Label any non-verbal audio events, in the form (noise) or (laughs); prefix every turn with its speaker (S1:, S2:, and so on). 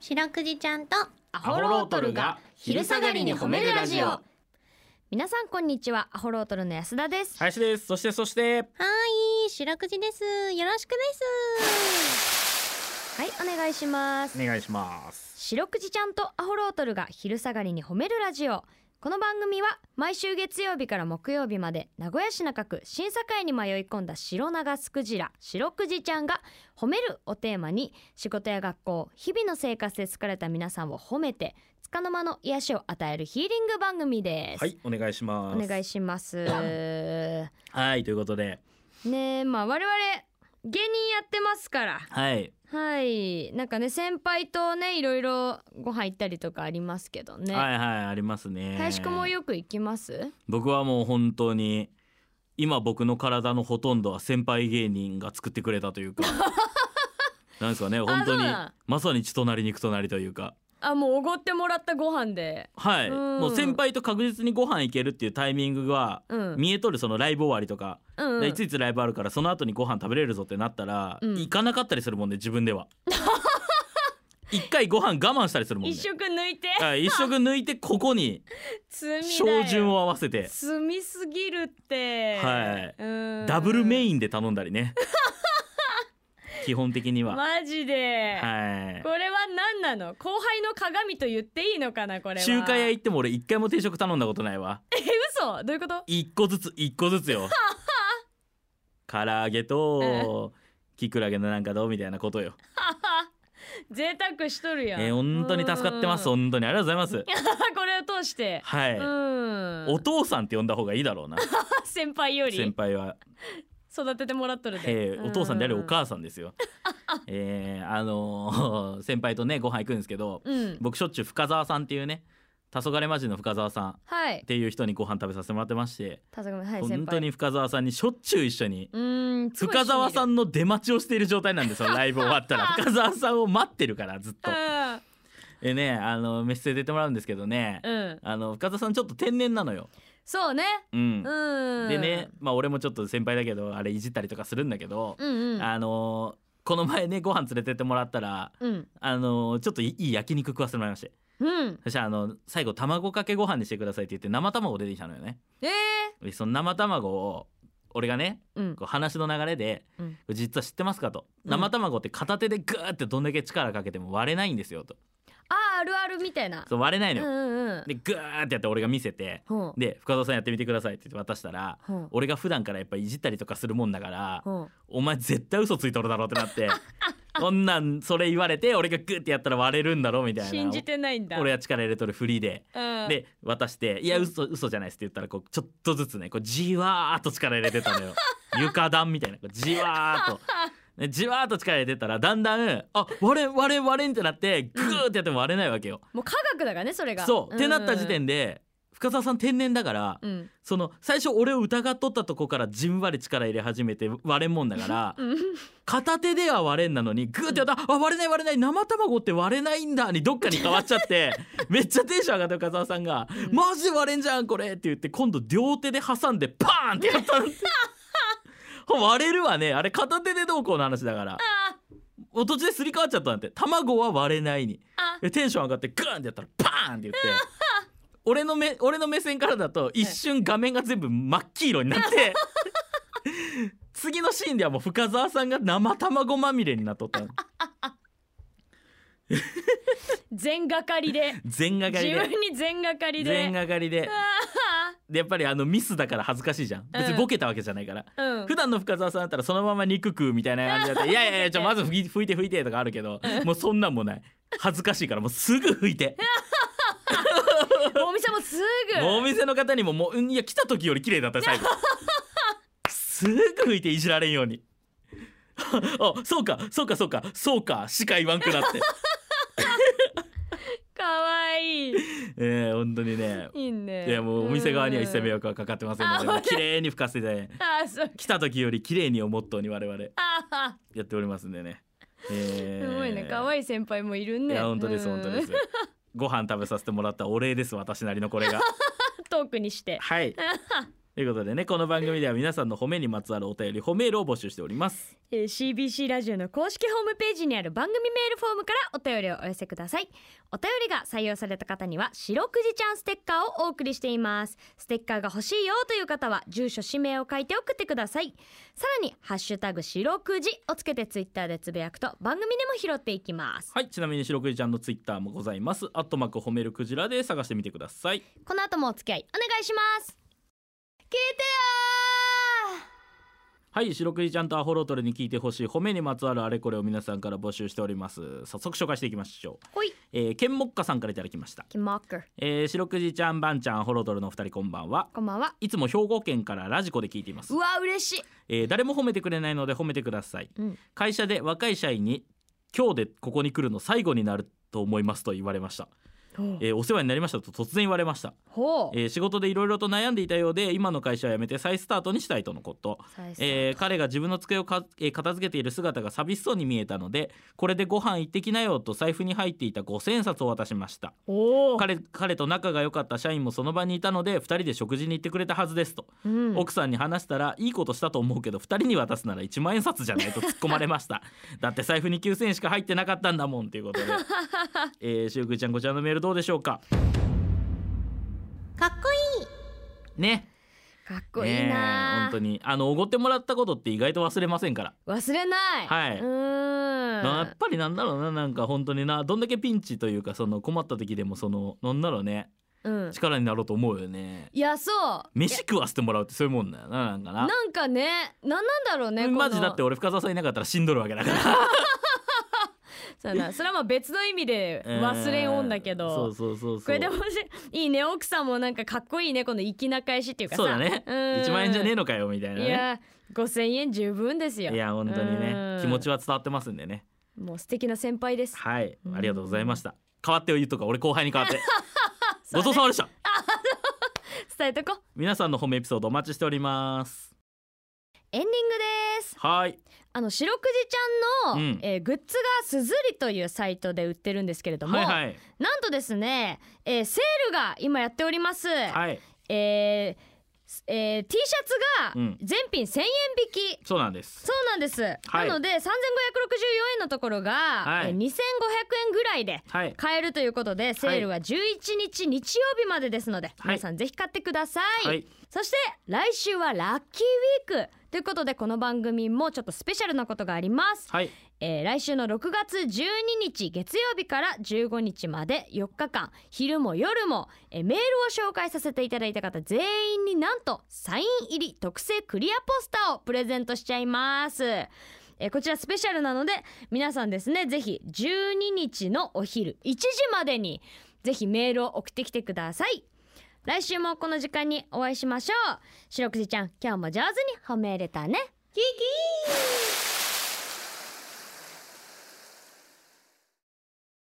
S1: 白くじちゃんとア
S2: ホロートルが昼下がりに褒めるラジオ
S3: 皆さんこんにちはアホロートルの安田です
S2: 林ですそしてそして
S1: はい白くじですよろしくです
S3: はいお願いします
S2: お願いします
S3: 白くじちゃんとアホロートルが昼下がりに褒めるラジオこの番組は毎週月曜日から木曜日まで名古屋市中区審査会に迷い込んだ白長スクジラ白くじちゃんが褒めるをテーマに仕事や学校日々の生活で疲れた皆さんを褒めて束の間の癒しを与えるヒーリング番組です、
S2: はいお願いし
S3: お
S2: ます
S3: 願いしますね
S2: はいということで
S3: えまあ我々芸人やってますから
S2: はい
S3: はいなんかね先輩とねいろいろご飯行ったりとかありますけどね、
S2: はいはいありますね
S3: 林くんもよく行きます
S2: 僕はもう本当に今僕の体のほとんどは先輩芸人が作ってくれたと (laughs) いうかなんですかね本当に
S3: そうなん
S2: まさに血となり肉となりというか
S3: あもうおごってもらったご飯で
S2: はい
S3: うん
S2: もう先輩と確実にご飯行けるっていうタイミングは
S3: うん
S2: 見えとるそのライブ終わりとか
S3: うんうん
S2: でいついつライブあるからその後にご飯食べれるぞってなったら、
S3: うん
S2: 行かなかったりするもんね自分では
S3: (laughs)
S2: 一回ご飯我慢したりするもんね
S3: 一食抜
S2: (laughs)
S3: いて
S2: あ一食抜いてここに
S3: 罪だよ
S2: 照準を合わせて
S3: 罪すぎるって
S2: はい
S3: うん
S2: ダブルメ
S3: ン
S2: インで頼んだりね (laughs) 基本的には、
S3: マジで、
S2: はい
S3: これは何なの後輩の鏡と言っていいのかなこれは
S2: 中華屋
S3: え
S2: 行っても俺一回も定食頼んだことないわ
S3: 嘘どういうこと (laughs)
S2: 一個ずつ一個ずつよ唐揚げときくらげのなんかどうみたいなことよ、
S3: 贅沢しとるやん、
S2: えー、本当に助かってます
S3: うん
S2: 本当にありがとうございます
S3: (laughs) これを通して、
S2: はい、
S3: うん
S2: お父さんって呼んだ方がいいだ
S3: (laughs)
S2: ろうな
S3: 先輩よ
S2: 先
S3: り
S2: 輩は、
S3: 育ててもらっとるで、
S2: えーお父さんでありお
S3: さ
S2: 母さ
S3: (laughs)
S2: んですよえーあのー (laughs) 先輩とねご飯行くんですけど
S3: んうん
S2: 僕しょっちゅう深澤さんっていうね黄昏魔人の深澤さんっ
S3: はい
S2: ていう人にご飯食べさせてもらってまして
S3: 田坂はい先輩
S2: 本当に深澤さんにしょっちゅう一緒に
S3: うーん
S2: 深澤さ
S3: ん
S2: んの出待ちをしている状態なんですよライブ終わったら
S3: (laughs)
S2: 深澤さんを待ってるからずっと。でねあのメッセージ出てもらうんですけどね
S3: うん、うん、
S2: あの深澤さんちょっと天然なのよ。
S3: そうね
S2: うん
S3: うん
S2: でねまあ俺もちょっと先輩だけどあれいじったりとかするんだけど、
S3: うんうん
S2: あのーこの前ねご飯連れてってもらったら
S3: うん
S2: あのーちょっといいいい焼肉食わせてもらいまして
S3: うん
S2: そしたらあの最後卵かけご飯にしてくださいって言って生卵出てきたのよね
S3: えー
S2: でその生卵を俺がね
S3: うん
S2: こう話の流れで
S3: うん
S2: 「実は知ってますか?」と「
S3: うん
S2: 生卵って片手でグーってどんだけ力かけても割れないんですよ」と
S3: あーあるあるみたいな
S2: そう割れないうの
S3: ん
S2: よ
S3: うんうん
S2: でグーってやって俺が見せて
S3: ほう
S2: で「深澤さんやってみてください」って言って渡したら
S3: ほう
S2: 俺が普段からやっぱいじったりとかするもんだから
S3: ほう
S2: お前絶対嘘ついとるだろうってなって
S3: (laughs)
S2: こんなんそれ言われて俺がグーってやったら割れるんだろうみたいな
S3: 信じてないんだ
S2: 俺は力入れとるフリーで。
S3: うん
S2: で渡して「いや嘘嘘じゃないです」って言ったらこうちょっとずつねこうじわーっと力入れてた
S3: (laughs)
S2: のよ床暖みたいなこうじわーっと。でじわーっと力入れてたらだんだん「あ割れ割れ割れん」ってなってグーってやっても割れないわけよ。
S3: (laughs) もう科学だからねそれが
S2: そう、
S3: ん
S2: ってなった時点で深澤さん天然だから、
S3: うん
S2: その最初俺を疑っとったとこからじんわり力入れ始めて割れんもんだから
S3: うん
S2: 片手では割れんなのにグーってやったら、あ割れない割れない生卵って割れないんだにどっかに変わっちゃって
S3: (laughs)
S2: めっちゃテンション上がって深澤さんが「
S3: うん
S2: マジ割れんじゃんこれ」って言って今度両手で挟んでパーンってやったんです (laughs) 割れるわねあれ片手でどうこうの話だから
S3: あ
S2: お途中ですり替わっちゃったんだって卵は割れないに
S3: あ
S2: でテンション上がってグーンってやったらパーンって言って俺の目俺の目線からだと一瞬画面が全部真っ黄色になって次のシーンではもう深澤さんが生卵まみれになっとったの
S3: 全がかりで
S2: (laughs) 全がかり
S3: 自
S2: で
S3: 分に全がかりで
S2: 全がかりで
S3: あ
S2: でやっぱりあのミスだから恥ずかしいじゃん別にボケたわけじゃないから、
S3: ーうん
S2: 普段の深澤さんだったらそのまま肉食うみたいな感じだったら「いやいやいやちょまず拭き拭いて拭いて」とかあるけどもうそんなんもない恥ずかしいからもうすぐ拭いて。
S3: お店もす (laughs) ぐ
S2: もうお店の方にももううんいや来た時より綺麗だったよ最後
S3: (laughs)
S2: すぐ拭いていじられんように (laughs) あそうかそうかそうかそうかしか言わんくな
S3: (laughs)
S2: って、
S3: かわいい
S2: えー、本当にね
S3: いいね
S2: いやもうお店側には一切迷惑はかかってませんので
S3: うん
S2: もう綺麗に拭かせて
S3: あーそう
S2: 来た時より綺麗にをモットーに我々
S3: あ
S2: やっておりますんでね、え
S3: ー
S2: ー
S3: すごいね可愛い先輩もいるね
S2: いや本当です本当ですご飯食べさせてもらったお礼です私なりのこれが
S3: (laughs) トークにして
S2: はいということでねこの番組では皆さんの褒めにまつわるお便り褒めールを募集しております
S3: えー CBC ラジオの公式ホームページにある番組メールフォームからお便りをお寄せくださいお便りが採用された方には「白くじちゃんステッカー」をお送りしていますステッカーが欲しいよという方は住所氏名を書いて送ってくださいさらに「ハッシュタグ白くじ」をつけてツイッターでつぶやくと番組でも拾っていきます
S2: はいちなみに白くじちゃんのツイッターもございますアットマーク褒めるクジラで探してみてください
S3: この後もお付き合いお願いします聞いてよ
S2: はい白くじちゃんとアホロートルに聞いてほしい褒めにまつわるあれこれを皆さんから募集しております早速紹介していきましょう
S3: ーほい
S2: えー、ケンモッカさんからいただきました
S3: キマック
S2: えー、白くじちゃんバンちゃんアホロートルのお二人こんばんは
S3: こんばんはい
S2: つも兵庫県からラジコで聞いています
S3: う、わ嬉しい、
S2: えー、誰も褒めてくれないので褒めてください
S3: うん、
S2: 会社で若い社員に今日でここに来るの最後になると思いますと言われました、えーお世話になりましたと突然言われました、
S3: ほう
S2: えー仕事でいろいろと悩んでいたようで今の会社は辞めて再スタートにしたいとのこと、
S3: 再生
S2: えー彼が自分の机をか、えー片付けている姿が寂しそうに見えたのでこれでご飯行ってきなよと財布に入っていた5,000円札を渡しました
S3: おー
S2: 彼彼と仲が良かった社員もその場にいたので2人で食事に行ってくれたはずですと、
S3: うん
S2: 奥さんに話したらいいことしたと思うけど2人に渡すなら1万円札じゃないと突っ込まれました
S3: (laughs)
S2: だって財布に9,000円しか入ってなかったんだもんということで、えー、しゅうくいちゃんこちらのメールどうでしょうか
S1: かっこいい
S2: ね
S3: かっこいい
S2: ねえ
S3: な
S2: 本当にあのおごってもらったことって意外と忘れませんから、
S3: 忘れない
S2: はいう
S3: ーん
S2: やっぱりなんだろうななんか本当になどんだけピンチというかその困った時でもそのなんだろうね
S3: うん
S2: 力になろうと思うよね
S3: いやそう
S2: 飯食わせてもらうってそういうもんだよななんかな
S3: なんかねなんなんだろうねこの
S2: マジだって俺深澤さんいなかったら死んどるわけだから
S3: そうやなそれはまあ別の意味で (laughs) 忘れんおんだけど、
S2: うんそうそうそうそう
S3: これでもしいいね奥さんもなんかかっこいいねこの粋な返しっていうかさ
S2: そうだね
S3: うん
S2: 1万円じゃねえのかよみたいないね
S3: や5000円十分ですよ
S2: いや本当に
S3: う
S2: ね
S3: ん
S2: 気持ちは伝わってますんでね
S3: もう素敵な先輩です
S2: はい
S3: うん
S2: ありがとうございました変わって言うとか俺後輩に変わって
S3: (laughs)
S2: ごちそうさまでした
S3: 伝えとこ
S2: 皆さんの褒めエピソードお待ちしております
S3: エンディングです
S2: はい
S3: あの白くじちゃんの、
S2: うん
S3: えーグッズがすずりというサイトで売ってるんですけれども、
S2: はいはい
S3: なんとですね、えーセールが今やっております、
S2: はい
S3: えーすえー T シャツ
S2: う
S3: が
S2: ん
S3: 全品1000円引き、
S2: そうなんです
S3: そうなんです、
S2: い
S3: なので3564円のところが、
S2: はい
S3: えー2500円ぐらいで
S2: はい
S3: 買えるということでセールは11日日曜日までですので、皆さんぜひ買ってください、
S2: はい
S3: そして来週はラッキーウィークということでこの番組もちょっとスペシャルなことがあります、
S2: はい
S3: えー来週の6月12日月曜日から15日まで4日間昼も夜も、えーメールを紹介させていただいた方全員になんとサイン入り特製クリアポスターをプレゼントしちゃいます。えーこちらスペシャルなので皆さんですねぜひ12日のお昼1時までにぜひメールを送ってきてください来週もこの時間にお会いしましょう白くじちゃん今日も上手に褒めれたねキキー